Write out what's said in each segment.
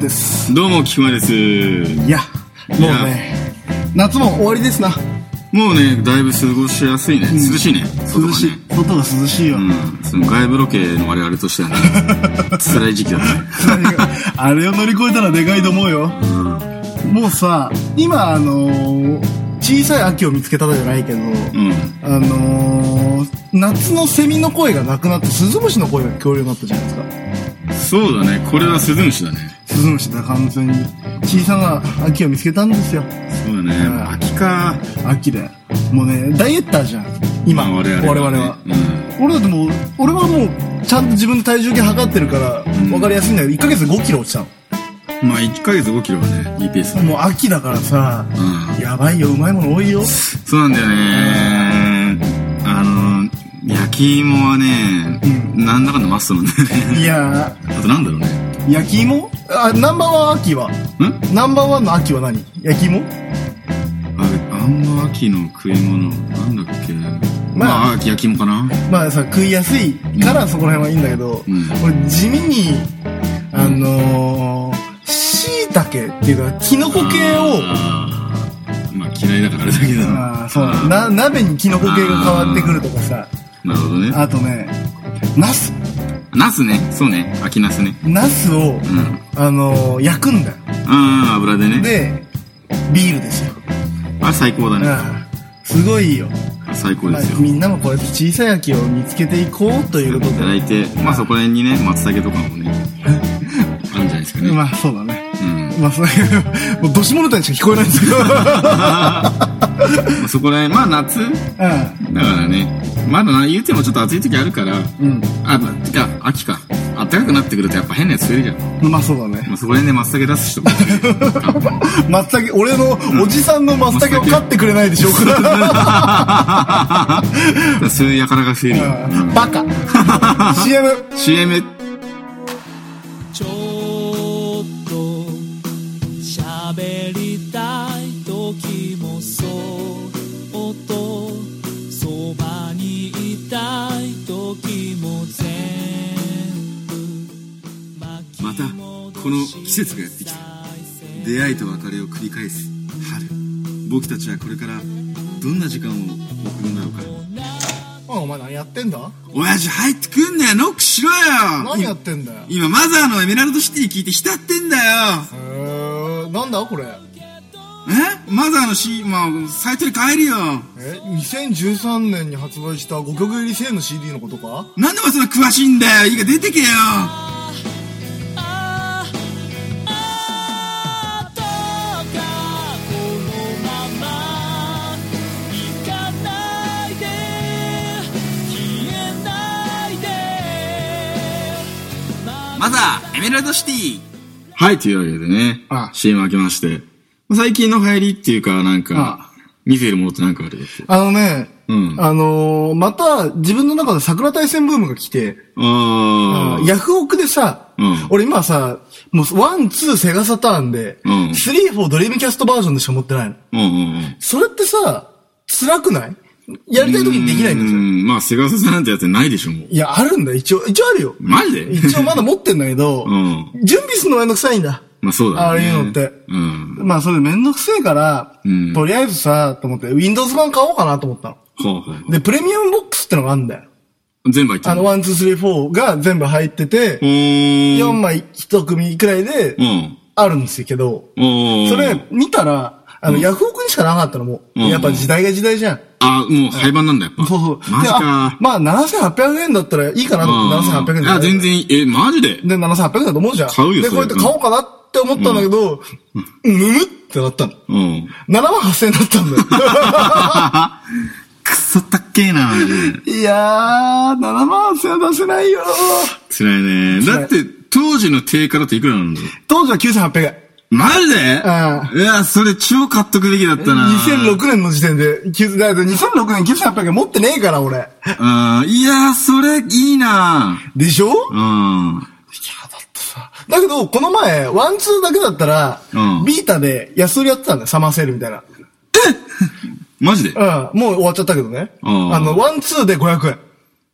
ですどうも、菊間です。いやもうね夏も終わりですなもうね、だいぶ過ごしやすいね。涼しいね。外がね涼しい。外が涼しいよ、うん。その外部ロケの我々としてはね、 辛い時期だね。 あれを乗り越えたらでかいと思うよ、もうさ今あのー小さい秋を見つけたじゃないけど、うん。あのー夏のセミの声がなくなってスズムシの声が聞こえるようになったじゃないですかそうだね。これはスズムシだね。スズムシだ完全に小さな秋を見つけたんですよそうだね。ん秋か。秋でもうねダイエッターじゃん今、まあ我々我々ははね俺だってもう俺はもうちゃんと自分で体重計測ってるから分かりやすいんだけど1ヶ月で5キロ落ちたのまあ、1ヶ月5キロはね、いいペースだね。もう秋だからさ、うやばいようまいもの多いよそうなんだよね。あの、焼き芋はね、なんだかんだマストなんだよね。 いやあとなんだろうね。ー焼き芋あナンバーワン秋はんナンバーワンの秋は何焼き芋あれ、あんま秋の食い物、なんだっけ。まあまあ、秋焼き芋かな。まあさ食いやすいからそこら辺はいいんだけど、うん俺地味にあのー、しいたけっていうかキノコ系をあーまあ嫌いだからあれだけどあーそうな鍋にキノコ系が変わってくるとかさなるほどねあとねナスナスねそうね秋ナスねナスをうんあのー、焼くんだよああ油でねでビールですよあれ最高だねあーすごいよあ最高まあですよ、みんなもこうやって小さい秋を見つけていこうというこやってといただいてまあそこら辺にね松茸とかもね あるんじゃないですかでね、まあそうだねうんまあそう いうもうどしもネタにしか聞こえないんです けどまあそこら辺まあ夏だからねまだな言うてもちょっと暑い時あるからうんあまあてか秋か暖かくなってくるとやっぱ変なやつ増えるじゃん、うんまあそうだねまあ、そこら辺で松茸出す人もいる松茸、俺のおじさんの松茸を飼ってくれないでしょうか。だからそういうやからが増えるよ、 バ カ。CM。 CM ちょっと喋りたい時もそっとそばにいたい時も全部またこの季節がやってきた出会いと別れを繰り返す春僕たちはこれからどんな時間を送るんだろうかお前何やってんだ親父入ってくんなよノックしろ何やよってんだよ。今マザーのエメラルドシティ聞いて浸ってんだよえー、なんだこれ。えマザーのシーン、まあ、サイトに変えるよえ、2013年に発売した5曲入り1000の CD のことかなんでもそんな詳しいんだよいいから出てけよああどうかこのまま行かないで消えないでマザーエメラルドシティはい、というわけでねあ CM 開けまして最近の流行りっていうか、なんか、見てるものってなんかあるよって。あのね、うんあのー、また自分の中で桜大戦ブームが来て、ああ。ヤフオクでさ、うん俺今さ、もうワン、ツー、セガサターンで、うんスリー、フォー、ドリームキャストバージョンでしか持ってないの。うんうんうん。それってさ、辛くないやりたい時にできないんうですよ。ん、まあ、セガサさんなんてやつないでしょ、もう。いや、あるんだ、一応。一応あるよ。マジで一応まだ持ってんだけど、 うん。準備するのめんどくさいんだ。まあ、そうだね。ああいうのってうん。まあ、それめんどくせえから、うんとりあえずさ、と思って、Windows 版買おうかなと思ったの。ほうほう。で、プレミアムボックスってのがあるんだよ。全部入ってあの、ワン、ツー、スリー、フォーが全部入っておて、ー。 4枚1組くらいでう、ん。あるんですけど、おー。それ、見たら、あの、ヤフオクにしかなかったのもう、うんやっぱ時代が時代じゃん。あ、もう廃盤なんだ、やっぱ。そうそう。マでジあか。まあ、7800円だったらいいかなと思って、7800円いだや、ったら全然いい。え、マジでで、7800円だと思うじゃん。買うよで、そこうれやって買おうかなって思ったんだけど、ぬるってなったの。うん。 7万8000円だったん だくそったっけえな、マジでよ。いやー、7万8000円は出せないよ辛いね。だって、当時の定価だといくらなんだろう当時は9800円。マジでいや、それ超買っとくべきだったな。 2006年の時点で、9だから2006年9800円持ってねえから、俺。うん。いやー、それ、いいなでしょいやうん。だってさ。だけど、この前、ワンツーだけだったら、うんビータで安売りやってたんだよ、サマーセールみたいな。マジでうん、もう終わっちゃったけどね。うんあの、ワンツーで500円。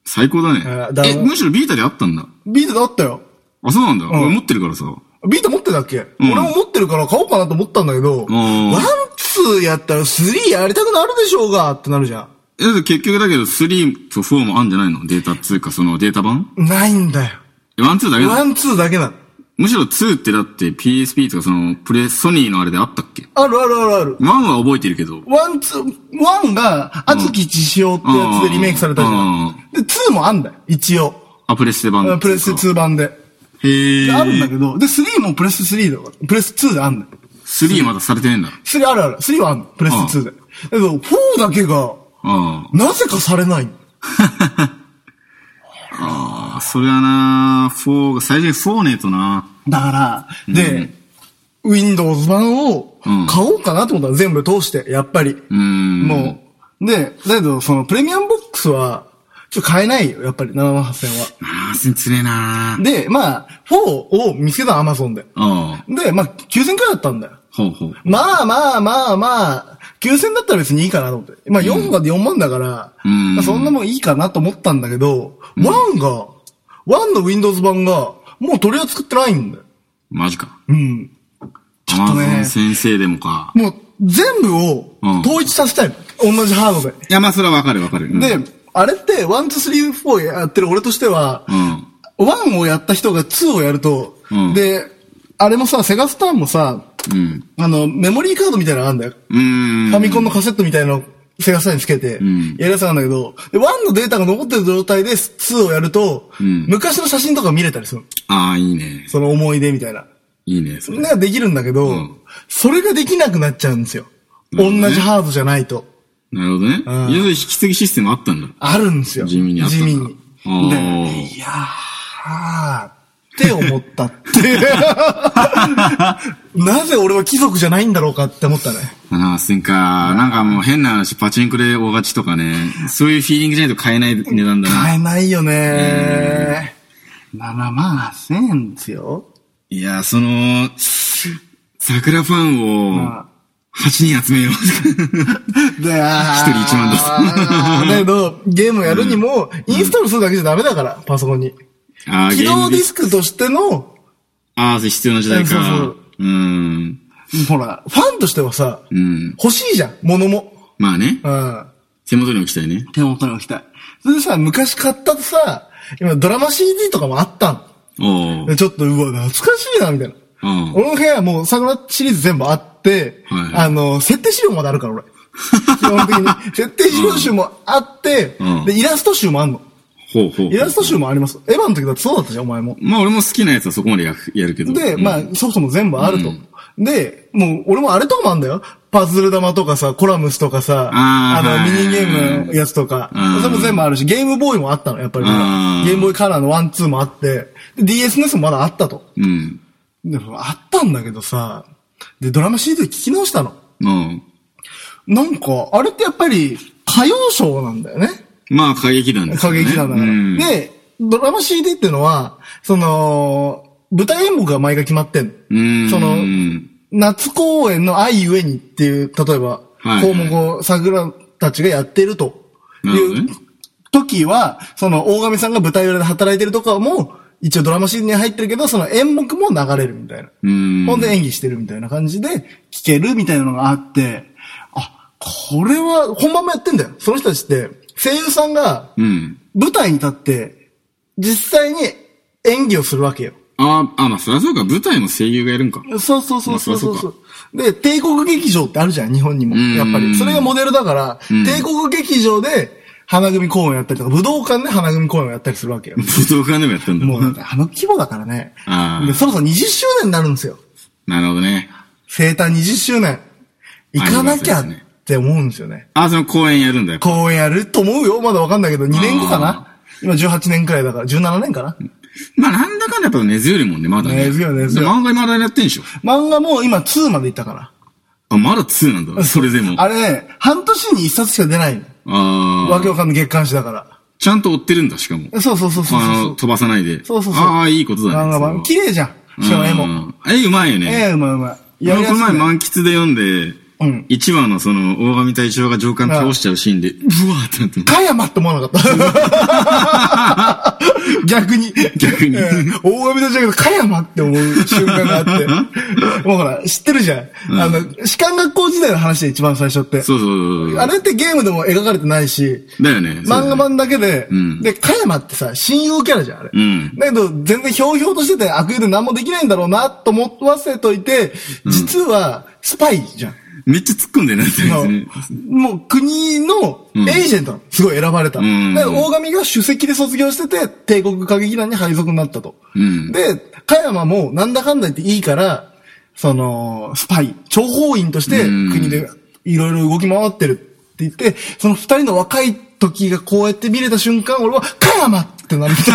最高だねあ。だえ、むしろビータであったんだ。ビータであったよ。あ、そうなんだ。ん俺持ってるからさ。ビータ持ってたっけ、ん俺も持ってるから買おうかなと思ったんだけど、んワン、ツーやったらスリーやりたくなるでしょうがってなるじゃん。え結局だけど、3と4もあんじゃないのデータっつうか、そのデータ版ないんだよ。えワン、ツーだけだワン、ツーだけなの。むしろ2ってだって PSP とかその、プレ、ソニーのあれであったっけあるあるあるある。 ?1 は覚えてるけど。ワン、ツー、ワンが、厚木千潮ってやつでリメイクされたじゃうんうんん。で、ツーもあんだよ。一応。あ、プレステ版プレステ2版で。へでえ。あるんだけど、で、3もプレステ3だから、プレステ2であんだよ。 3まだされてねえんだ。 3あるある。3はあんの。プレステ2で。だけど、4だけが、あなぜかされない。あ。あそれはな4が、最初に4ねえとなだから、で、Windows 版をうん買おうかなと思ったの、全部通して、やっぱり。うーん。もう。で、だけど、その、プレミアムボックスは、ちょっと買えないよ、やっぱり、7万8000は。う。ああ、せんつれえなで、まあ、4を見つけたの、アマゾンで。ああ。で、まあ、9000くらいだったんだよ。ほうほう。まあまあまあまあ、9000だったら別にいいかなと思って。まあ4が4万だから、うんまあそんなもんいいかなと思ったんだけど、1が、1の Windows 版が、もう取り扱ってないんだよ。マジか。うん。ちょっとアマゾねン、先生でもか。もう全部をうん統一させたい。同じハードで。いや、まあ、それはわかるわかる。うん、で、あれって、1、2、3、4やってる俺としてはう、ん。 1をやった人が2をやると、うんで、あれもさ、セガスターンもさ、うん。あの、メモリーカードみたいなのあるんだよ。うーん。ファミコンのカセットみたいなのをセガサにつけてん、やるやつなんだけど、で、1のデータが残ってる状態で2をやると、ん昔の写真とか見れたりするの。ああ、いいね。その思い出みたいな。いいね、そそれれ。ができるんだけど、うんそれができなくなっちゃうんですよ。なるほどね同じハードじゃないと。なるほどね。うんいや、それ引き継ぎシステムあったんだ。あるんですよ。地味にあったん地だ味に。おで、ーいやー、って思ったって いう。なぜ俺は貴族じゃないんだろうかって思ったね。ああ、すんか。なんかもう変な話、パチンコで大勝ちとかね。そういうフィーリングじゃないと買えない値段だな。買えないよねー。7万8000円ですよ。いや、その、桜ファンを、あ8人集 めよう。で、あー一人一万ですあ ーだけど、ゲームやるにも、インストールするだけじゃダメだから、パソコンに。ああ、起ゲー動ムデでィ。スクとしての、ああ、それ必要な時代そうそかう。うん。ほら、ファンとしてはさ、うん。欲しいじゃん、ものも。まあねう。ん。手元に置きたいね。手元に置きたい。それでさ、昔買ったとさ、今ドラマ CD とかもあったのおでー。ちょっと、うわ、懐かしいな、みたいな。うん俺の部屋もう桜シリーズ全部あって、はいあの、設定資料まであるから、俺。基本的 に。設定資料集もあって、うんで、イラスト集もあんの。ほうほうほう。イラスト集もあります。エヴァの時だってそうだったじゃん、お前も。まあ俺も好きなやつはそこまでややるけど。で、うんまあ、ソフトも全部あると。で、もう、俺もあれとかもあんだよ。パズル玉とかさ、コラムスとかさ、あーの、はいミニゲームのやつとか、うんそれも全部あるし、ゲームボーイもあったの、やっぱりねうん。ゲームボーイカラーのワンツーもあって、で DS のやつもまだあったと。うん。でも、あったんだけどさ、で、ドラマ CD 聞き直したの。うん。なんか、あれってやっぱり、歌謡ショーなんだよね。まあ、過激団です過よね。激なんだから。うん、で、ドラマ CD っていうのは、その、舞台演目が毎回決まってんの。うん。そのうん夏公演の愛ゆえにっていう、例えば、はい項目を桜たちがやってるといなるほどうね時は、その大神さんが舞台裏で働いてるとかも、一応ドラマシーンに入ってるけど、その演目も流れるみたいな。うん。ほんで演技してるみたいな感じで、聴けるみたいなのがあって、あ、これは、本番もやってんだよ。その人たちって、声優さんがうん。舞台に立って、実際に演技をするわけよ。ああ、まあ、そりゃそうか。舞台の声優がやるんか。そうそうそうそうそうまあそそうう。で、帝国劇場ってあるじゃん、日本にも。んやっぱり。それがモデルだから、帝国劇場で花組公演をやったりとか、武道館で花組公演をやったりするわけよ。武道館でもやったんだ。もうなんかあの規模だからねあ。ーで、そろそろ20周年になるんですよ。なるほどね。生誕20周年。行かなきゃあっりますねて思うんですよね。ああ、その公演やるんだよ。公演やると思うよ。まだわかんないけど、2年後かな。今18年くらいだから、17年かな。まあ、なんだかんだやっぱ根強いもんね、まだね。根強い根強いで漫画未だにやってんでしょ。漫画も今2まで行ったから。あ、まだ2なんだ。それでも。あれね、半年に1冊しか出ないの。あわけあ。わかんない月刊誌だから。ちゃんと追ってるんだ、しかも。そうそうそうそうそあの、う。飛ばさないで。そうそうそう。ああ、いいことだ漫ね。画版。綺麗じゃん。しかも絵も。も。絵うまいよね。絵うまいうまい。俺この前い。満喫で読んで、うん。一番のその、大神隊長が上官倒しちゃうシーンで、うわーってなって、加山って思わなか った。逆に。逆にうん大神たちだけど、加山って思う瞬間があ って。もうほら、知ってるじゃん。あの、士官学校時代の話で一番最初って。そうそうそうそう。あれってゲームでも描かれてないし、だよね。そうだ漫ね画版だけで、んで、加山ってさ、親友キャラじゃん、あれ。うんだけど、全然ひょうひょうとしてて悪友で何もできないんだろうな、と思わせといて、実は、スパイじゃん。めっちゃ突っ込んでるなってあ感のじね。もう国のエージェントなの、すごい選ばれたの。うんだから大神が首席で卒業してて、帝国歌劇団に配属になったと。うんで、加山もなんだかんだ言っていいから、その、スパイ、諜報員としてうん国でいろいろ動き回ってるって言って、その二人の若い時がこうやって見れた瞬間、俺は、加山ってなる。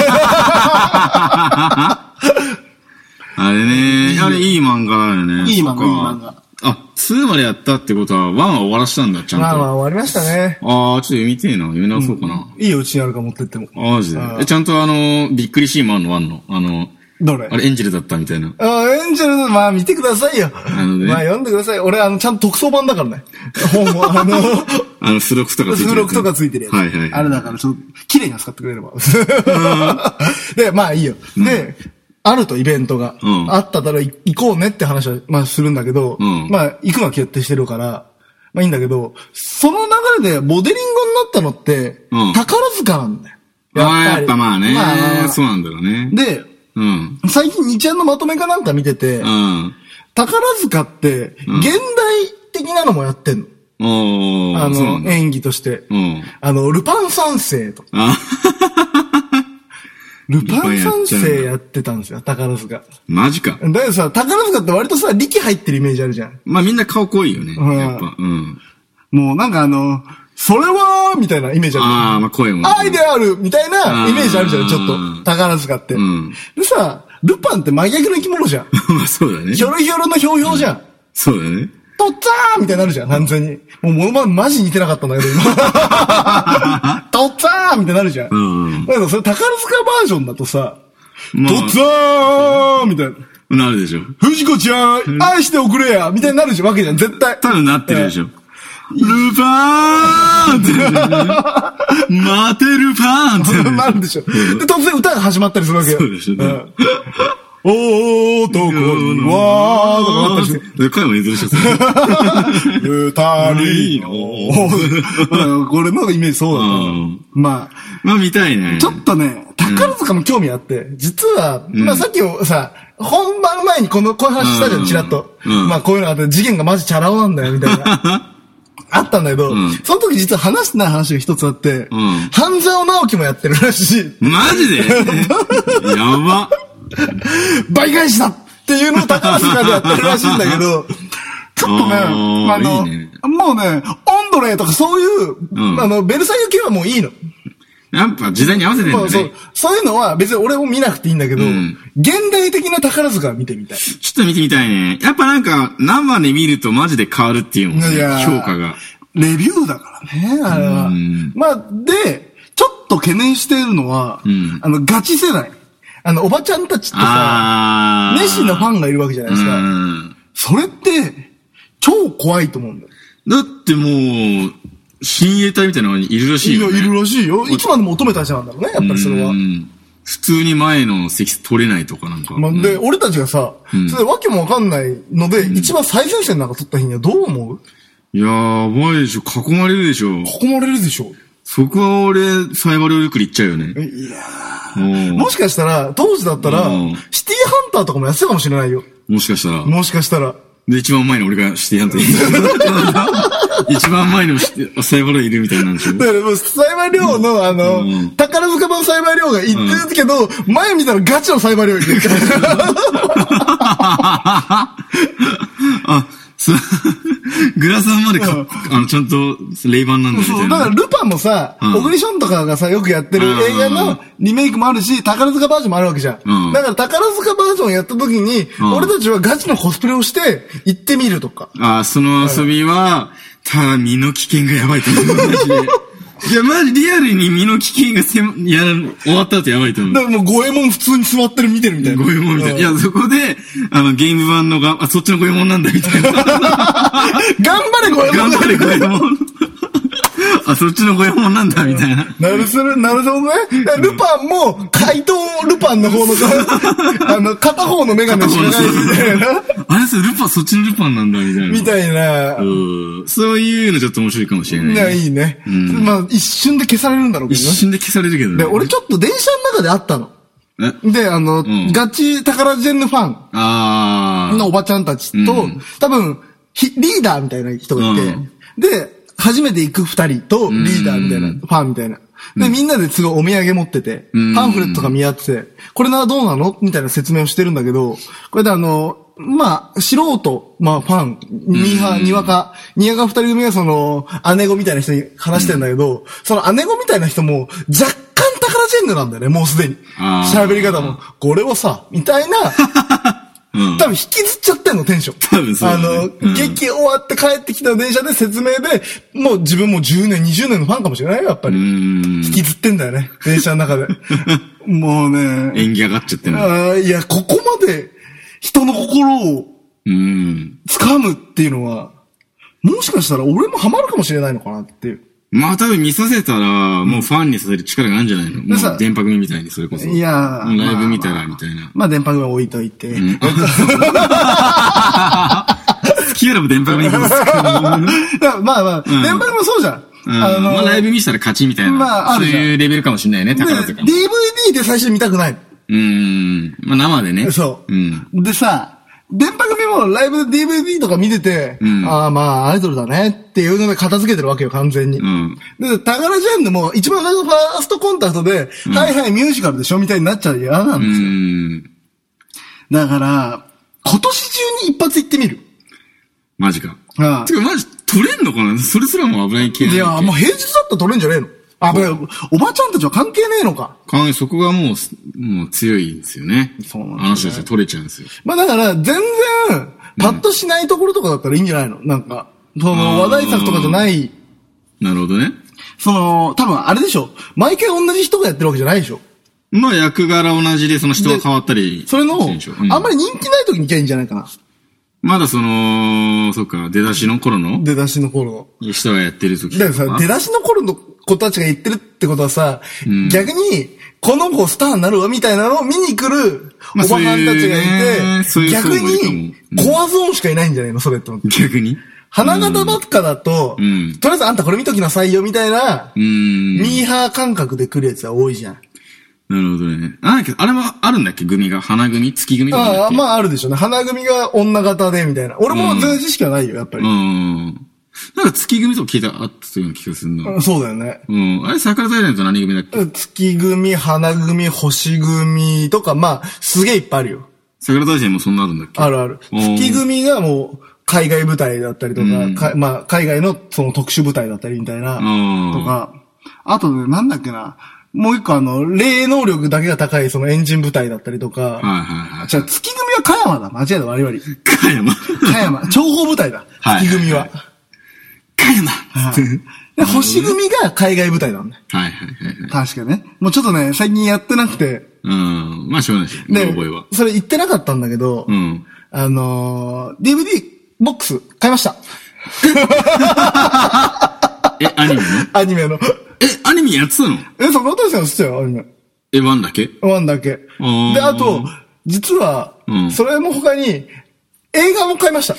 あれね、あれいい漫画だよね。いい漫画そっかいい漫画。あ、2までやったってことは、1は終わらしたんだ、ちゃんと。まあまああ終わりましたね。あー、ちょっと読みてえな。読み直そうかな。いいお家にあるか持ってっても。あマジであ。ーえ、ちゃんとあの、びっくりシーンもあんの、1の。あの、どれあれエンジェルだったみたいな。ああ、エンジェルの、まあ見てくださいよ。のねまあ読んでください。俺、あの、ちゃんと特装版だからね。本も、あの、あの、スロックとかついてるやつ。スロックとかついてるやつ。はいはい。あれだから、ちょっと、綺麗に扱ってくれれば。 で、まあいいよ。で、あるとイベントが、うんあったからい行こうねって話は、まあするんだけど、うんまあ行くのは決定してるから、まあいいんだけど、その流れでモデリングになったのって、うん宝塚なんだよ。ああ、やっぱまあね。まあまあまあそうなんだろうね。で、うん。最近日夜のまとめかなんか見てて、うん。宝塚って、現代的なのもやってんの。おー。あそうなんの、だ。演技として。うん。あの、ルパン三世と。あ、ルパン三ルパンやっちゃうんだ世やってたんですよ、宝塚。マジか。だけどさ、宝塚って割とさ、力入ってるイメージあるじゃん。まあみんな顔濃いよね。うんやっぱ。うん。もうなんかあの、それはみたいなイメージある。ああ、まあ声もね。愛であるみたいなイメージあるじゃ、うんんちょっと。宝塚って。うんでさ、ルパンって真逆の生き物じゃん。 まあそうだねひ。ょろひょろのひょうひょうじゃん。そうだね。とっつぁーんみたいになるじゃん、完全に。もうモノマネマジ似てなかったんだけど、今。 とっつぁーんみたいになるじゃん。うんだけど、それ宝塚バージョンだとさ、まとっつぁーんみたいな。あ、なるでしょ。藤子ちゃん、愛しておくれやみたいになるじゃん、わけじゃん、絶対。多分なってるでしょ。ルパーンってなるでしょ。待てルパーンってなるでしょ なるでしょ。で、突然歌が始まったりするわけよ。そうでしょねんおー、とこにはー、とかなったりして。声も譲るでしょ、それ二人の。これのイメージそうだね。まあ、まあ見たいね。ちょっとね、宝塚も興味あって、実は、まあさっきもさ、本番前にこの、こういう話したじゃうんん、チラッと。うんまあこういうのあって、次元がマジチャラ男なんだよ、みたいな。 あったんだけど、んその時実は話してない話が一つあって、ん半沢直樹もやってるらしい。マジでやば。倍返しだっていうのを宝塚でやってるらしいんだけど、ちょっとね、あーあの、いいねもうね、オンドレとかそういう、んあの、ベルサイユ系はもういいの。やっぱ時代に合わせてんだまあそうね。、そういうのは別に俺も見なくていいんだけど、うん現代的な宝塚見てみたい。ちょっと見てみたいね。やっぱなんか、生で見るとマジで変わるっていうもんねいや。ー評価が。レビューだからね、あれはん。まあ、で、ちょっと懸念しているのは、んあの、ガチ世代。あの、おばちゃんたちってさ、あー。熱心なファンがいるわけじゃないですうか。ん。それって、超怖いと思うんだよ。だってもう、親衛隊みたいなのにいるらしいいや、よ、ね。いるらしいよ。いつまでも求めた人なんだろうね、やっぱりそれはう。ん普通に前の席取れないとかなんか。まあ、で、俺たちがさ、それわけもわかんないので、一番最前線なんか撮った日にはどう思ういやー、やばいでしょ。囲まれるでしょ。囲まれるでしょそこは俺、サイバルよりくり行っちゃうよね。いやうんもしかしたら、当時だったら、うんシティーハンターとかもやってたかもしれないよ。もしかしたら。もしかしたら。で、一番前に俺がしてやんと言う 一番前にしてサイバルいるみたいなんで しょ。だからもう、幸い量の、あの、うん宝塚版幸い量が言ってるけど、前見たらガチの幸い量行 ってるから。あ、そう、 グラサンまでか、あの、ちゃんと、霊盤なんだみたそういだから、な。ルパンもさ、うんオグリションとかがさ、よくやってる映画うのんリメイクもあるし、宝塚バージョンもあるわけじゃん。うんだから、宝塚バージョンやった時に、うん俺たちはガチのコスプレをして、行ってみるとか。あ、その遊びは、ただ身の危険がやばいと思う。マジ で。いや、マジリアルに身の危険がせん、やら、終わった後やばいと思うだ。からもう、五右衛門普通に座ってる見てるみたいな。五右衛門みたいな。いうん や、そこで、あの、ゲーム版のが、あ、そっちの五右衛門なんだみたいな。頑張あ、そっちの五右衛門なんだ、みたいな。なるする、なるほどね。ルパンも、怪盗ルパンの方の、 あの、片方のメガネしかないみたいな、あれそれルパン、そっちのルパンなんだ、みたいな。みたいな。うんそういうのちょっと面白いかもしれないいや、ね。いいね。うんまあ、一瞬で消されるんだろうけ一どね。瞬で消されるけどね。で、俺ちょっと電車の中で会ったの。えで、あの、んガチ宝ジェンヌファンあー。のおばちゃんたちと、うん多分、ひリーダーみたいな人がいて、うんで、初めて行く二人と、リーダーみたいな、うんファンみたいな。で、みんなですごいお土産持ってて、うんパンフレットが見合ってて、これならどうなのみたいな説明をしてるんだけど、これであの、まあ、素人、まあ、ファン、ミーハー、にわか、にわか二人組がその、姉子みたいな人に話してんだけど、その姉子みたいな人も、若干宝ジェンヌなんだよね、もうすでにあ。ー喋り方も、これをさ、みたいな、うん多分引きずっちゃってんの、テンション。多分そうだねあの、うん劇終わって帰ってきた電車で説明で、もう自分も10年、20年のファンかもしれないよ、やっぱうり。ー引ん。きずってんだよね、電車の中 で。もうね、演技上がっちゃってる。あーいや、ここまで人の心をうん。掴むっていうのは、もしかしたら俺もハマるかもしれないのかなっていう。まあ多分見させたら、もうファンにさせる力があるんじゃないのもでさう電波組みたいに、それこそ。いやーライブ見たら、みたいな。まあ、電波が置いといて。うん好きやろ、電波組みた いな。うんだから まあまあ、電波もそうじゃん。あの、まあライブ見せたら勝ちみたいな。まああそるうじゃんいうレベルかもしれないね、で宝塚も。 DVD で最初に見たくないの。うん。まあ生でね。そう。うん。でさ、電波組もライブで DVD とか見てて、うんああまあアイドルだねっていうので片付けてるわけよ、完全に。うん。で、宝ジェンヌも一番最初のファーストコンタクトで、はいはいミュージカルでしょみたいになっちゃう嫌なうんだ。だん。から、今年中に一発行ってみる。マジか。ああてか、マジ、取れんのかなそれすらも危ない系なんいだっけや、もう平日だったら撮れんじゃねえの。あ、ぶおばちゃんたちは関係ねえのか。かんそこがもうす、もう強いんですよね。そうなんですよねあの人たちは取れちゃうんですよ。まあだから、全然、パッとしないところとかだったらいいんじゃないのなんか、その話題作とかじゃない、なるほどね。その、多分あれでしょ。毎回同じ人がやってるわけじゃないでしょ。まあ役柄同じで、その人が変わったり。それの、あしてでしょうんまり人気ない時に行きゃいいんじゃないかな。まだその、そっか、出だしの頃の出だしの頃。人がやってる時だとからさか、。出だしの頃の子たちが言ってるってことはさ、ん逆に、この子スターになるわみたいなのを見に来るおまあばさんたちがいて、そういうねそういう逆層もいるかもに、コアゾーンしかいないんじゃないのそれって。逆に。花形ばっかだと、うんとりあえずあんたこれ見ときなさいよみたいな、うーん。ミーハー感覚で来るやつは多いじゃん。なるほどね。あ、なんかあれもあるんだっけ組が。花組月組とかだあっあ、けまああるでしょうね。花組が女型でみたいな。俺も全然知識はないよ、やっぱうり。ん。なんか月組とか聞いた、あったような気がするな。そうだよね。うん。あれ、桜大連と何組だっけ月組、花組、星組とか、まあ、すげえいっぱいあるよ。桜大連もそんなあるんだっけあるある。うん月組がもう、海外舞台だったりとか、かまあ、海外のその特殊舞台だったりみたいな、うんとか、あとね、なんだっけな、もう一個あの、霊能力だけが高いそのエンジン舞台だったりとか、はいはいはい。じゃあ月組は加山だ。間違えた、我々。加山。 加山。 諜報舞台だ。はい月組は。加山はいで星組が海外舞台なんだよ。はいはいはいはい。確かね。もうちょっとね、最近やってなくて、うん。まあ、しょうがないし。で、覚えは。それ言ってなかったんだけど、うん。あのー、DVD ボックス買いました。え、アニメのアニメの。 え、アニメやってたのえ、その渡さんしてたよ、アニメ。え、ワンだけワンだけ。ーで、あと、実は、うんそれも他に、映画も買いました。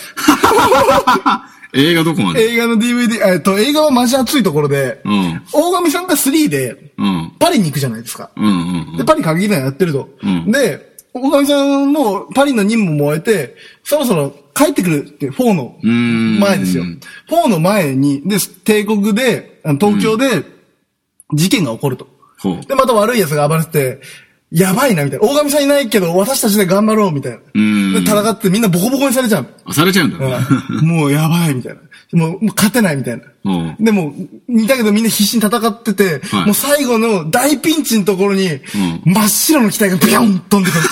映画どこまで映画の DVD、えっと、映画はマジ熱いところで、うん。大神さんが3で、うん。パリに行くじゃないですか。うんうんで、パリ限りないやってると。うんで、大神さんもパリの任務も終えて、そろそろ帰ってくるって、4のうーん。前ですよ。4の前に、で、帝国で、あの東京で、事件が起こると。ほう。で、また悪い奴が暴れてて、やばいな、みたいな。大神さんいないけど、私たちで頑張ろう、みたいな。んで、戦ってみんなボコボコにされちゃう。あ、されちゃうんだ。 うんもうやばい、みたいな。もう、もう勝てない、みたいな。うんでも、だけどみんな必死に戦ってて、はいもう最後の大ピンチのところに、真っ白の機体がビヨン飛んでくる。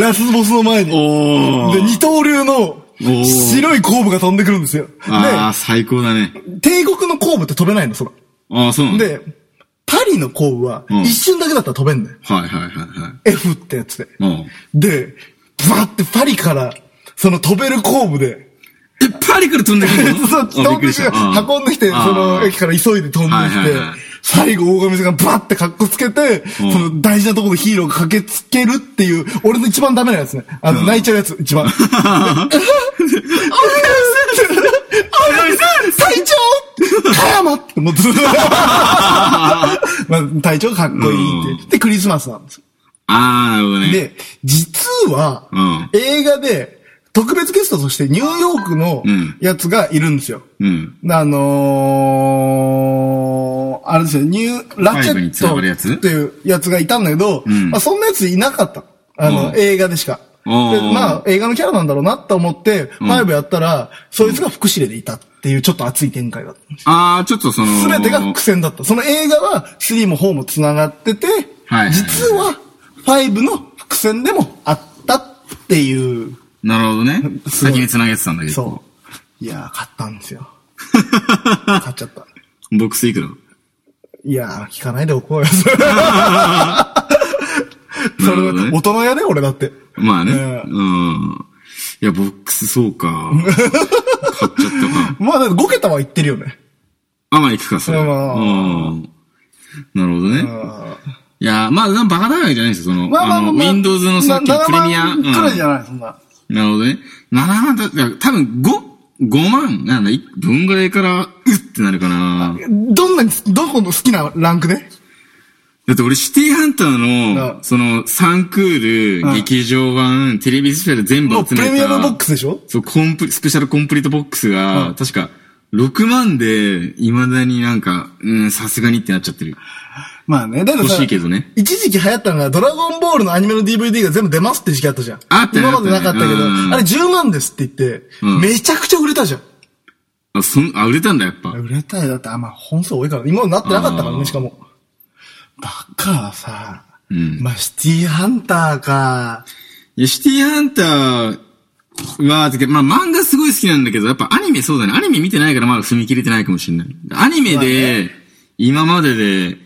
ラスボスの前に。おで、ー。二刀流のー白い工部が飛んでくるんですよ。ああ、最高だね。で、帝国の工部って飛べないの、そら。ああ、そうなんだ。で、パリの工部はうん一瞬だけだったら飛べんだよ。はいはいはいは F ってやつで。い。うん。で、バーってパリから、その飛べる工部で、え、パ二人から飛んでくる のそう、あびっくりしたうん運んできて、その駅から急いで飛んできて、はいはいはい最後大神さんがバッて格好つけて、うんその大事なところでヒーローが駆けつけるっていう、俺の一番ダメなやつね。あの、泣いちゃうやつ、一 番。隊長加山って、もう ずっと。まあ、隊長かっこいいって。で、クリスマスなんですよ。あー、なるほどね。で、実は、うん映画で、特別ゲストとしてニューヨークのうんやつがいるんですよ。うん。あのー、あれですよ、ニュー、ラチェファイブに繋がるやッつトっていうやつがいたんだけど、んまあ、そんなやついなかった。あうの、ん映画でしか。でうんまあ、映画のキャラなんだろうなと思って、ファイブやったら、そいつが副司令でいたっていうちょっと熱い展開だった。あー、ちょっとその、すべてが伏線だった。その映画は3も4も繋がってて、はい実は5の伏線でもあったっていう、なるほどね。すごい先に繋げてたんだけど。そう。いやー、買ったんです よ。買っちゃった。う。ボックスいくらいやー、聞かないでお こうよ。それ、なるほどね大人やね、俺だって。まあね。ねうん。いや、ボックスそう か。買っちゃったか。まあ、だって5桁は言ってるよね。あ、まあ行くか、それ。うまあん。なるほどね。あーいや、まあ、バカ高いじゃないですよ、その、まあまああまあの、まあ Windows のさっきのなプレミア。 7万くらいじゃうんない、そんな。なるほどね。7万だ、いや多分5、5万、なんだ、いどんぐらいから、うってなるかな。どんなに、どこの好きなランクでだって俺、シティハンターうの、んその、サンクーうんル、劇場版、テレビスペシャル全部もうプ集めた。レミアムボックスでしょそう、コンプリ、スペシャルコンプリートボックスうんが、確か、6万で、未だになんか、うん、さすがにってなっちゃってる。まあね、だけど欲さしいけどね。一時期流行ったのが、ドラゴンボールのアニメの DVD が全部出ますって時期あったじゃん。あったね今までなかったけど、うんあれ10万ですって言って、うんめちゃくちゃ売れたじゃん。あ、そん、あ、売れたんだ、やっぱ。売れたよ。だってあんま本数多いから、今までなってなかったからあーね、しかも。だからさ、うんまあシティハンターか、いやシティハンターは、てかまあ漫画すごい好きなんだけど、やっぱアニメそうだね。アニメ見てないからまだ踏み切れてないかもしれない。アニメまあで、今までで、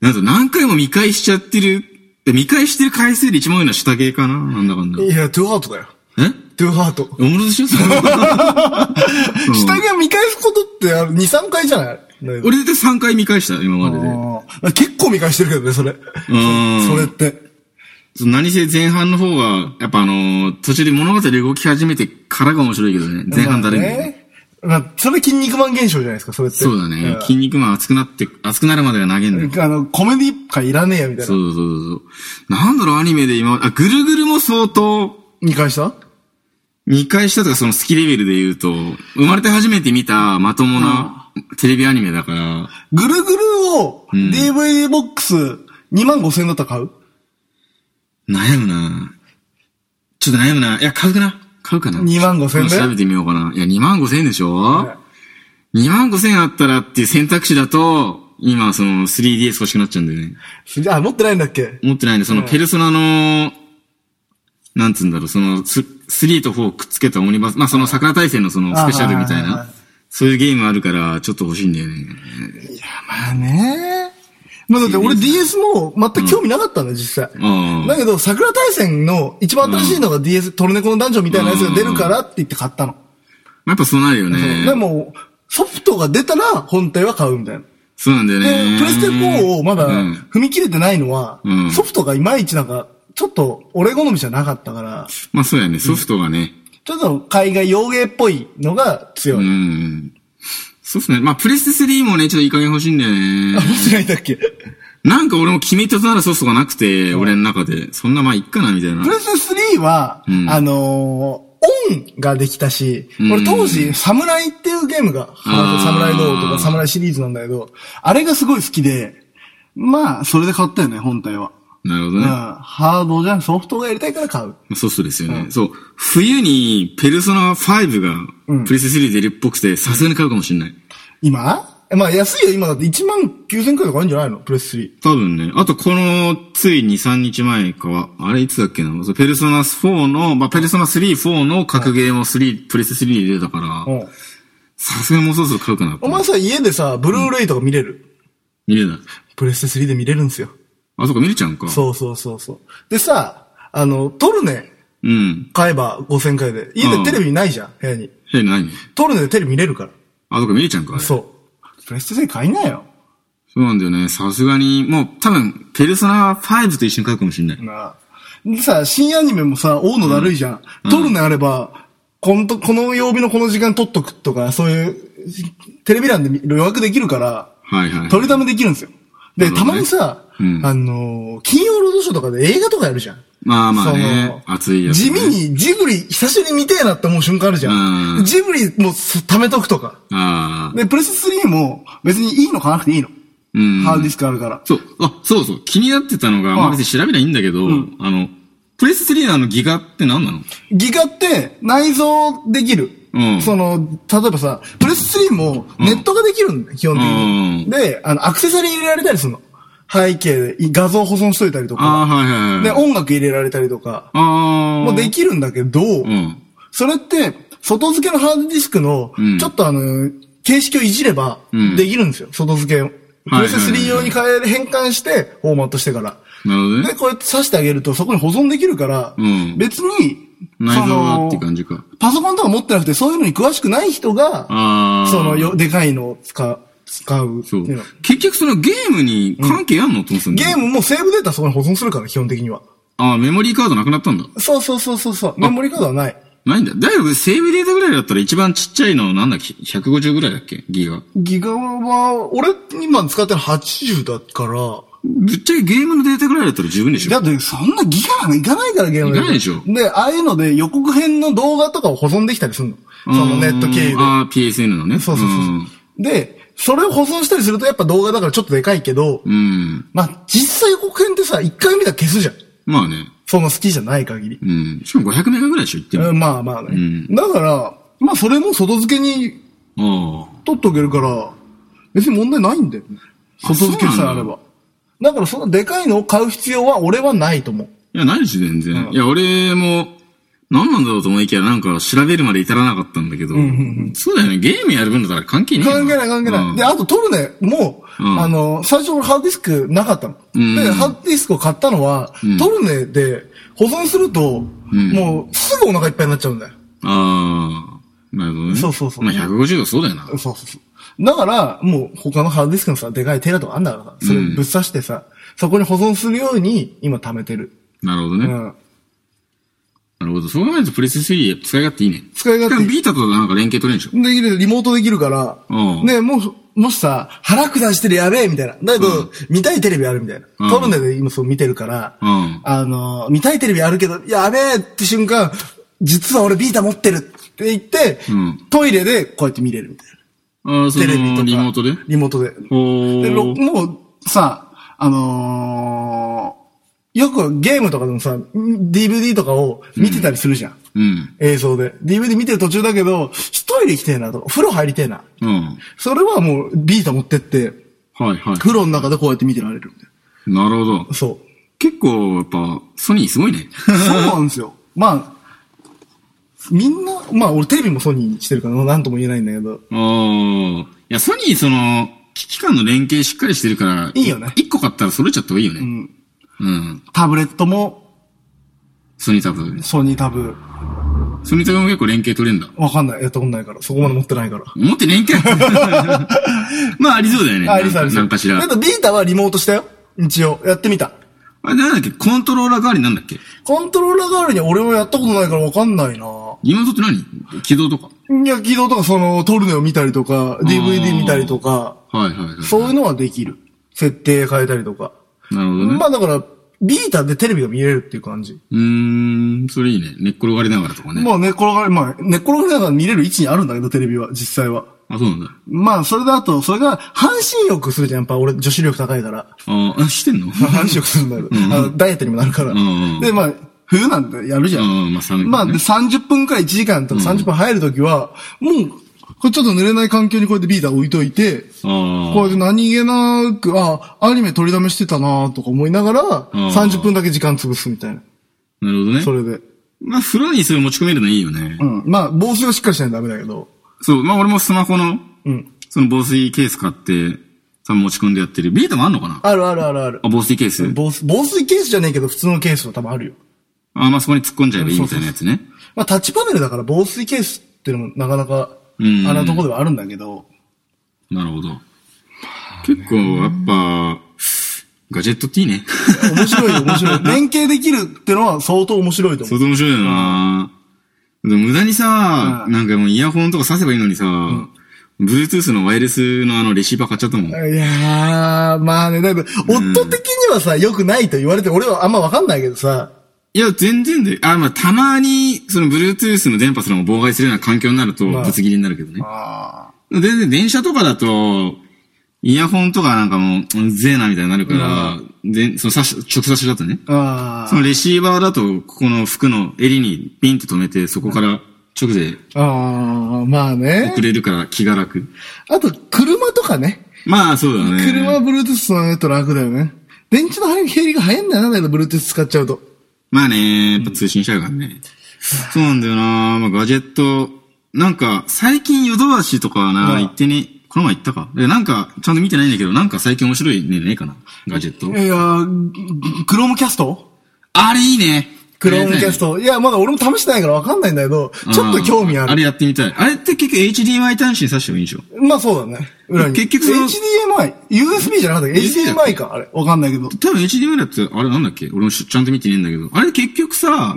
なんと何回も見返しちゃってる、で見返してる回数で一番多いのは下系かななんだかんだ。いや、トゥーハートだよ。えトゥーハート。おもろで しょそれうん下着は見返すことってあの2、3回じゃない俺絶対3回見返した、今までで。あー結構見返してるけどね、それ。んそれって。その何せ前半の方が、やっぱあのー途中で物語動き始めてからが面白いけどね。前半だれるんだよね。まあ、それ筋肉マン現象じゃないですか、それって。そうだねん。筋肉マン熱くなって、熱くなるまでが投げんだよ。あの、コメディ感いらねえや、みたいそな。うそうそうそう。なんだろう、アニメで今、あ、ぐるぐるも相当、見返した見返したとかその好きレベルで言うと、生まれて初めて見たまともなテレビアニメだから、ぐるぐるをん DVD ボックス2万5千円だったら買う悩むなちょっと悩むないや、買うかな買うかな ?2 万5千円で。調べてみようかな。いや、2万5千円でしょ、は ?2 万5千円あったらっていう選択肢だと、今、その 3DS 欲しくなっちゃうんだよね。いあ、持ってないんだっけ持ってないね。その、ペルソナの、なんつうんだろう、その、ス3と4をくっつけたオニバス、まあ、その桜大戦のその、あスーペシャルみたはいいはいはいな、そういうゲームあるから、ちょっと欲しいんだよね。まあね。まあだって俺 DS も全く興味なかったんだよ、実際。ああだけど、桜大戦の一番新しいのが DS、トルネコのダンジョンみたいなやつが出るからって言って買ったの。やっぱそうなるよそうね。でも、ソフトが出たら本体は買うみたいな。そうなんだよねで、。プレステ4をまだうん踏み切れてないのは、うんソフトがいまいちなんか、ちょっと俺好みじゃなかったから、まあそうやね、ソフトがね。ちょっと海外洋芸っぽいのが強うい。ん。そうっすね。まあ、プレステ3もね、ちょっといい加減欲しいんだよねあ、。持ってないんだっけプなんか俺も決め手となるソフトがなくて、俺の中で。そんなまあ、いっかな、みたいな。レステ3は、うんあのーオンができたし、ん俺当時、サムライっていうゲームが、あーサムライドーとかサムライシリーズなんだけど、あれがすごい好きで、まあ、それで買ったよね、本体は。なるほどうん、ね。ハードじゃん、ソフトがやりたいから買う。そうそうですよね。そう。冬に、ペルソナ5うんが、プレステ3で出るっぽくて、さすがに買うかもしれない。今まあ安いよ、今だって1万9000くらいとかあるんじゃないのプレス3。多分ね。あと、この、つい2、3日前かは、あれいつだっけな。そうペルソナ4の、まあ、ペルソナ3、4の格ゲーも3、プレステ3で出たから、うん。さすがにもうそろそろ買うかな。お前さ、家でさ、ブルーレイとか見れる、見れない。プレステ3で見れるんですよ。あ、そっか、見れちゃうんか。そうそうそうそう。でさ、あの、トルネうん。買えば5000回で。家うでんテレビないじゃん、部屋に。え、何撮るのでテレビ見れるから。あ、とか見えちゃうから。う。そう。プレステ3買いなよ。そうなんだよね。さすがに、もう多分、ペルソナ5と一緒に買うかもしれない。なあ。でさ、新アニメもさ、大野だるいじゃん。撮るのあれば、こんと、この曜日のこの時間撮っとくとか、そういう、テレビ欄で見予約できるから、はいはい。撮りためできるんですよ。で、なるたほどねまにさ、うんあのー金曜ロードショーとかで映画とかやるじゃん。まあまあそのね。熱いやつ、ね。地味。にジブリ久しぶりに見てえなって思う瞬間あるじゃん。うんジブリもそ貯めとくとか。ああ。で、プレステ3も別にいいの買わなくていいの。うん。ハードディスクあるから。そう。あ、そうそう。気になってたのが、まあ別に調べりゃいいんだけど、あの、プレス3のあのギガって何なのギガって内蔵できる。うんその、例えばさ、プレス3もネットができるんだよ、基本的に。うんで、あの、アクセサリー入れられたりするの。背景で画像保存しといたりとああ、か。はいはいはい。で、音楽入れられたりとか。ああ。もうできるんだけど、うん。それって、外付けのハードディスクのうん、ちょっとあの、形式をいじればうん、できるんですよ、外付けを。プはいはいレス3用に変え、変換して、フォーマットしてから。なるほどねで、。こうやって刺してあげると、そこに保存できるから、うん別に、内そ臓はのって感じか。パソコンとか持ってなくて、そういうのに詳しくない人が、ああ。そのよ、でかいのを使う、使うってそいううの。。結局そのゲームに関係あんのと思ってたんゲだよームもセーブデータそこに保存するから、基本的には。ああ、メモリーカードなくなったんだ。そうそうそうそうそう。メモリーカードはない。ないんだ。だいぶセーブデータぐらいだったら一番ちっちゃいのなんだっけ ?150 ぐらいだっけギガ。ギガは、俺今使ってるの80だから、ぶっちゃけゲームのデータぐらいだったら十分でしだょって、そんなギガなんかいかないから、ゲームいかないでしょで、ああいうので予告編の動画とかを保存できたりするの。そのネット経由でうん。ああ、PSN のね。そうそうそうそう。で、それを保存したりするとやっぱ動画だからちょっとでかいけど、うん。うん。まあ、実際予告編ってさ、一回見たら消すじゃん。まあね。その好きじゃない限り。うん。しかも500メガぐらいでしょ言ってうも。ん、まあまあね。んだから、まあそれも外付けにあ取っておけるから、別に問題ないんだよね。あ外付けさえあれそうなば。だからそんなでかいのを買う必要は俺はないと思う。あ。いや、ないし、全然。いや、俺も、何なんだろうと思いきや、なんか調べるまで至らなかったんだけど。そうだよね。ゲームやる分だったら関係ないな。関係ない関係ない。で、あと取るね、もう、うんあの、最初俺ハードディスクなかったの。んで、ハードディスクを買ったのは、ん取るねで保存すると、んもうすぐお腹いっぱいになっちゃうんだよ。ああ、なるほどね。そうそうそうまあ、150度そうだよな。そうそうそう。だから、もう他のハードディスクのさ、でかいテラとかあんだからさ、それぶっ刺してさ、そこに保存するように今貯めてる。なるほどね。う。なんるほど。そう考えるとプレステ3使い勝手いいね。使い勝手いいしかもビータとなんか連携取れるんでしょできる、リモートできるから、うんね、もし、もしさ、腹下してるやべえみたいな。だけど、見たいテレビあるみたいな。うん撮るんだけど、今そう見てるから、うんあのー、見たいテレビあるけど、やべえって瞬間、実は俺ビータ持ってるって言って、うんトイレでこうやって見れるみたいな。ああ、そテレビとか。の、リモートでリモートで。おでろー。もう、さ、あのーよくゲームとかでもさ、DVD とかを見てたりするじゃん。うん。映像で。DVD 見てる途中だけど、トイレ行きてえなとか、風呂入りてえな。うん。それはもうビータ持ってって、はいはい。風呂の中でこうやって見てられるみたいなるほどな。。そう。結構、やっぱ、ソニーすごいね。そうなんですよ。まあ、みんな、まあ俺テレビもソニーにしてるから、なんとも言えないんだけど。ああ。いや、ソニー、その、機器間の連携しっかりしてるから、いいよね一個買ったら揃えちゃった方がいいよね。うん。タブレットもソニータブ。ソニータブ、ソニータブも結構連携取れるんだ。わかんない。やったことないから。そこまで持ってないから。持って連携 まあ、ありそうだよね。あ、ありそうありそう。なんかしら。だけどビータはリモートしたよ。一応。やってみた。あれ、なんだっけコントローラー代わりなんだっけコントローラー代わりに俺もやったことないからわかんないなリモートって何起動とか。いや、起動とかその、トルネを見たりとか、DVD 見たりとか、はいはいはい。そういうのはできる。設定変えたりとか。なるほどね。まあだから、ビータでテレビが見れるっていう感じ。うーん、それいいね。寝っ転がりながらとかね。まあ寝っ転がり、まあ寝っ転がりながら見れる位置にあるんだけど、テレビは、実際は。あ、そうなんだ。まあそれだと、それが半身浴するじゃん。やっぱ俺女子力高いから。ああ、し てんの半身浴するんだけど、あのダイエットにもなるから。んで、まあ、冬なんてやるじゃん。うんうんまあ寒いかまらあねで30分から1時間とか30分入るときは、もう、これちょっと濡れない環境にこうやってビータ置いといて、あこうやって何気なく、あ、アニメ取りだめしてたなとか思いながら、うん30分だけ時間潰すみたいな。あ、なるほどねそ。れで。まあ、風呂にそれ持ち込めるのいいよね。うん。まあ、防水はしっかりしないとダメだけど。そう、まあ俺もスマホの、うん。その防水ケース買って、多分持ち込んでやってる。ビータもあんのかなあるあるあるある。あ、防水ケース防水、防水ケースじゃねえけど、普通のケースは多分あるよ。あ、まあそこに突っ込んじゃえばいいみたいなやつね。まあタッチパネルだから防水ケースっていうのもなかなか、うんあんなところではあるんだけど、なるほど。結構、やっぱ、ガジェットって いいね。面白いよ面 白い。連携できるってのは相当面白いと思う。相当面白いよな、でも無駄にさ、うんなんかもうイヤホンとか挿せばいいのにさ、Bluetooth のワイヤレスのあのレシーバー買っちゃったもん。いやー、まあね、だいぶ、夫的にはさ、良くないと言われて、俺はあんまわかんないけどさ、いや、全然で、あ、まあ、たまに、その Bluetooth の電波すらも妨害するような環境になると、まあぶつ切りになるけどね。あ全然電車とかだと、イヤホンとかなんかもう、うんぜえなみたいになるから、で、その差し、直差しだとね。ーあそのレシーバーだと、ここの服の襟にピンって止めて、そこから直でー、あー、まあね送。れるから気が楽。あと、車とかね。まあ、そうだね。車は Bluetooth のネット楽だよね。電池の張り減りが早いんだよな、だけど Bluetooth 使っちゃうと。まあね、やっぱ通信しちゃうからね。そうなんだよなまあガジェット、なんか、最近ヨドバシとかはうな、ん行ってね、この前行ったか。でなんか、ちゃんと見てないんだけど、なんか最近面白いね、ねえかな。ガジェットい。やー、クロームキャストあれいいね。クロームキャスト。ト。いや、まだ俺も試してないからわかんないんだけど、ちょっと興味ああれる。やってみたい。あれって結局 HDMI 端子に挿してもいいんでしょまあそうだね。裏に。結局その HDMI。USB じゃなかったっけ USB だっけ ?HDMI か。あれ。わかんないけど。多分 HDMI だって、あれなんだっけ俺もしちゃんと見てねえんだけど。あれ結局さ、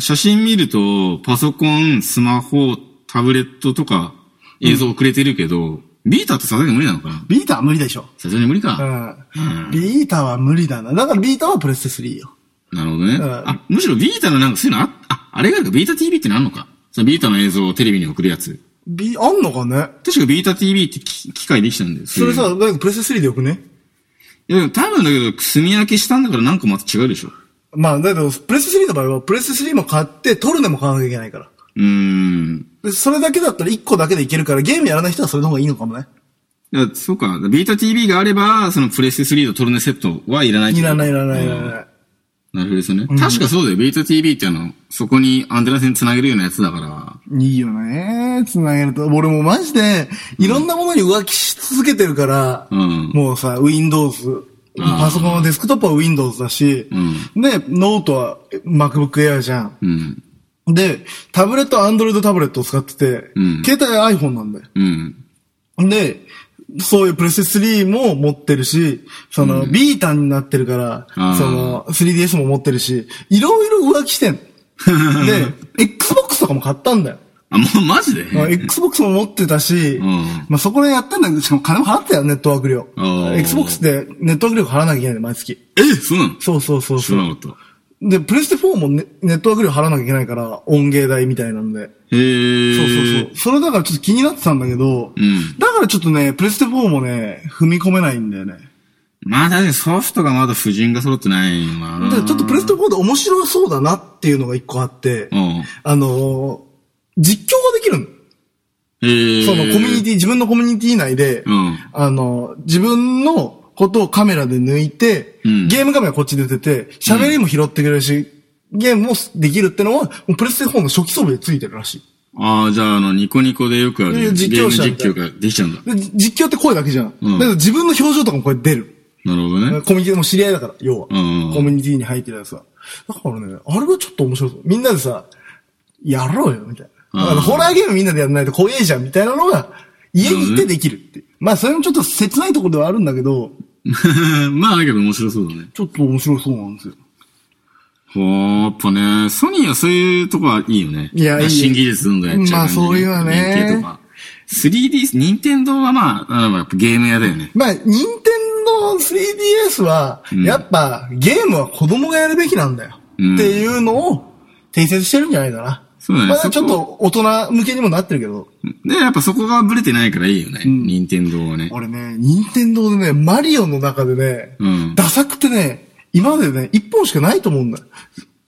写真見ると、パソコン、スマホ、タブレットとか、映像遅れてるけど、ビータってさすがに無理なのかなビータは無理でしょ。さすがに無理うか。ん。ビータは無理だな。だからビータはプレステ3よ。なるほどね。んあ、むしろビータのなんかそういうのあ、あ、あれがあるか、ビータ TV ってなんのか。そのビータの映像をテレビに送るやつ。ビ、あんのかね確かビータ TV ってき機械できたんだよ。それさ、ういうだのけどプレステ3でよくねいやでも多分だけど、墨分けしたんだからなんかまた違うでしょ。まあ、だけど、プレステ3の場合は、プレステ3も買って、取るのも買わなきゃいけないから。うーん。で、それだけだったら1個だけでいけるから、ゲームやらない人はそれの方がいいのかもね。いやそうか。ビータ TV があれば、そのプレステ3とトルネセットはいらないっていことらないいらないいらない。なるほどですね。確かそうだよ。ビータ TV ってあの、そこにアンテナ線つなげるようなやつだから。いいよね繋げると。俺もうマジで、いろんなものに浮気し続けてるから、うんもうさ、Windows、あーパソコンのデスクトップは Windows だし、うで、ノートは MacBook Air じゃん。うん。で、タブレットは Android タブレットを使ってて、うん携帯は iPhone なんだよ。うん。で、そういうプレステ3も持ってるし、その、ビータになってるから、あーその、3DS も持ってるし、いろいろ浮気してん の。で、Xbox とかも買ったんだよ。あ、もうマジでまあ Xbox も持ってたし、んまあそこでやったんだけど、しかも金も払ってたよ、ネットワーク料あ。ー Xbox でネットワーク料払わなきゃいけないの、毎月。え、そうなのそうそうそう知そらう。なかっで、プレステ4もネネットワーク料払わなきゃいけないから、音芸代みたいなんで。た。へえ。そうそうそう。それだからちょっと気になってたんだけど、んだからちょっとね、プレステ4もね、踏み込めないんだよね。まあ確かにソフトがまだ不純が揃ってないわだな。からちょっとプレステ4で面白そうだなっていうのが一個あって、うん。あのー実況ができるの。へえ。そのコミュニテティ、自分のコミュニティ内で、うんあの、自分のことをカメラで抜いて、うんゲーム画面はこっち出てて、喋りも拾ってくれるし、ゲームもできるってのは、もうプレステ4の初期装備でついてるらしい。ああ、じゃああの、ニコニコでよくあいるや実ゲ況ーム者実況ができちゃうんだ。でじ実況って声だけじゃん。うんだけど自分の表情とかもこれ出る。なるほどね。コミュニティも知り合いだから、要は。コうんミュニティに入ってるやつは。だからね、あれはちょっと面白そう。みんなでさ、やろうよ、みたいな。だかうんらホラーゲームみんなでやらないと怖えじゃん、みたいなのが、家に行ってできるっていう。まあ、それもちょっと切ないところではあるんだけど、 まあだけど面白そうだね。ちょっと面白そうなんですよ。ほーやっぱね、ソニーはそういうとこはいいよね。いやいいよ新技術どんどんやっちゃう感じ、まあそういうわね連携とか。3D、任天堂はまあ、あのやっぱゲーム屋だよね。まあ、任天堂 3DS は、んやっぱ、ゲームは子供がやるべきなんだよ。うんっていうのを、定説してるんじゃないかな。そうだねまだちそょっこと大人向けにもなってるけど、で、やっぱそこがブレてないからいいよね。任天堂はね。俺ね、任天堂でね、マリオの中でね、うんダサくてね、今までね、一本しかないと思うんだよ。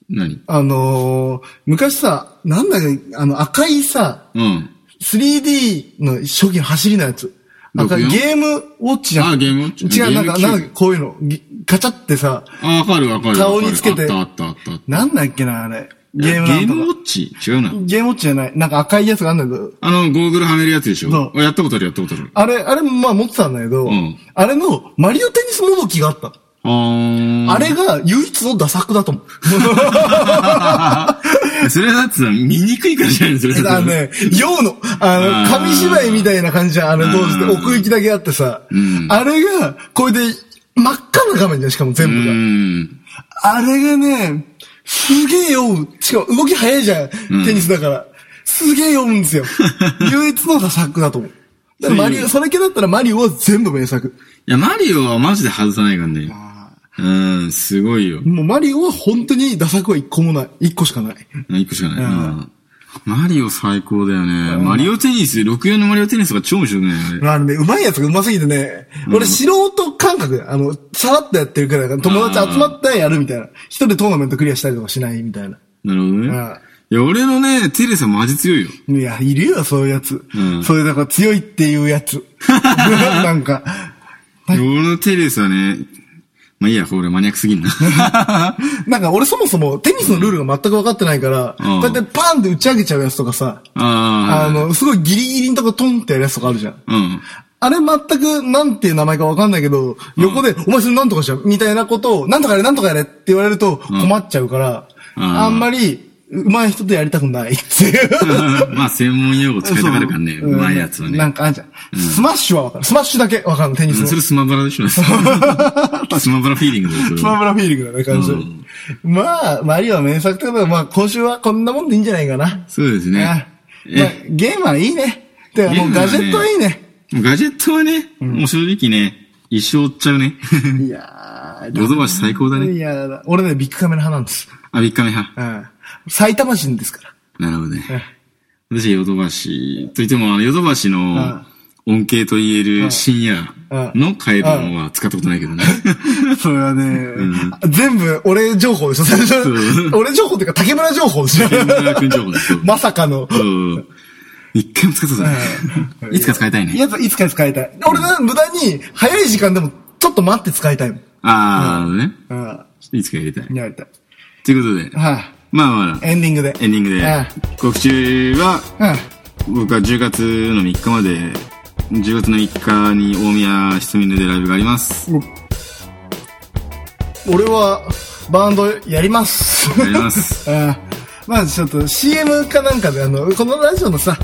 何あのー、昔さ、なんだっけ、あの、赤いさ、うん。 3D の初期の走りのやつ。赤い64ゲームウォッチじゃん。あゲームウォッチ違う、なんゲームか、キューなブんかこういうの、ぎガチャってさ、あ、わかるわかるわかる。顔につけてあったあったあったあった。なんだっけな、あれ。ゲゲームなんーとかムウォッチ違うな。ゲームウォッチじゃない。なんか赤いやつがあるんだけど、あの、ゴーグルはめるやつでしょそう俺やったことあるやったことある。あれ、あれもまあ持ってたんだけど、うんあれのマリオテニスもどきがあった。ああれが唯一のダサ作だ と思う。それだってさ見にくいからじゃないのそれだ からだってね、用の、ああの、ー紙芝居みたいな感じじゃん、あの当時ってうん奥行きだけあってさ、んあれが、これで、真っ赤な画面じゃん、しかもう全部が。ん。あれがね、すげえ酔う。しかも動き早いじゃん、んテニスだから。すげえ酔うんです よ。唯一のダサ作だと思う。だからマリそういオ、うそれ系だったらマリオは全部名作。いや、マリオはマジで外さないからね。うん、すごいよ。もうマリオは本当にダサ作は一個もない。一個しかない。一個しかない。うんマリオ最高だよね。マリオテニス、64のマリオテニスが超面白くないよね。あのね、うまいやつがうますぎてね、俺素人感覚だよあの、さらっとやってるくらいだから、友達集まってやるみたいな。一人でトーナメントクリアしたりとかしないみたいな。なるほどね。いや、俺のね、テレサマジ強いよ。いや、いるよ、そういうやつ。うんそういう、だから強いっていうや つ。なんか。 俺のテレサね、まあいいや、これマニアックすぎんな。なんか俺そもそもテニスのルールが全く分かってないから、うこんうやってパーンって打ち上げちゃうやつとかさ、ああの、すごいギリギリのとこトンってやるやつとかあるじゃん。あ、うん。 あれ全くなんていう名前かわかんないけど、横で、お前それなんとかしゃ、みたいなことを、なんとかやれ、なんとかやれって言われると困っちゃうから、うんあんまり、うまい人とやりたくないっていう。 まあ、専門用語使いたがるからね、うまいやつはね。なんかあんじゃん。スマッシュはわかる。スマッシュだけわかるの、テニスの。 それススマブラでし ょスマブラフィーリングだよ、それマは。ブラフィーリングだね、感じ、うんまあ、マリオは名作ってことで、まあ今週はこんなもんでいいんじゃないかな。そうですねね。まあえ、ゲームはいいね。てかもうゲームはガねジェットはいいね。ガジェットはね、もう正直ね、一生追っちゃうね。いやー、ヨドバシ最高だいね。やー俺ね、ビッグカメラ派なんです。あ、3日目は。うん。埼玉人ですから。 なるほどね。私、ヨドバシ、といっても、あのヨドバシの恩恵と言える深夜のカエルのは使ったことないけどね。それはね、全部俺情報でしょ最初 う俺情報っていうか竹村情報でしょ村君情報です よまさかの。そう。一回も使ったことない。いつか使いたいいね。や、いつか使いたい。俺は無駄に早い時間でもちょっと待って使いたいもん。あー、なるほどね。うん。いつかやりたい。やりたい。ということで、はい、まあまあ、エンディングで。エンディングでうん。告知は、うん。僕は10月の3日まで、10月の3日に大宮ひつみぬでライブがあります。俺はバンドやります。や ります。あまあちょっと CM かなんかで、あの、このラジオのさ、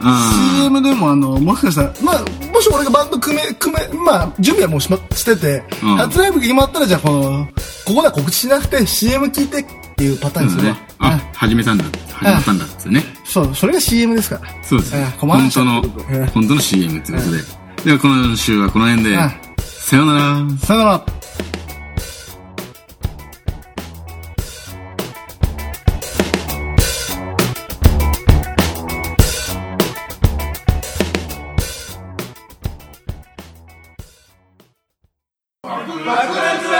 あ CM でもあの、もしかしたら、まあ、もし俺がバンド組め、組め、まあ、準備はもうしま、してて、うん初ライブが決まったら、じゃあこの、ここでは告知しなくて CM 聞いてっていうパターンーにそすうるだわね。。あ、始めたんだ。始まったんだ。ってね。うんそう、それが CM ですから。そうですねあ。困ら本しちゃ当うのうん、本当の CM ということで。では、今週はこの辺でうん、さようなら。さよなら。爆裂ラジオ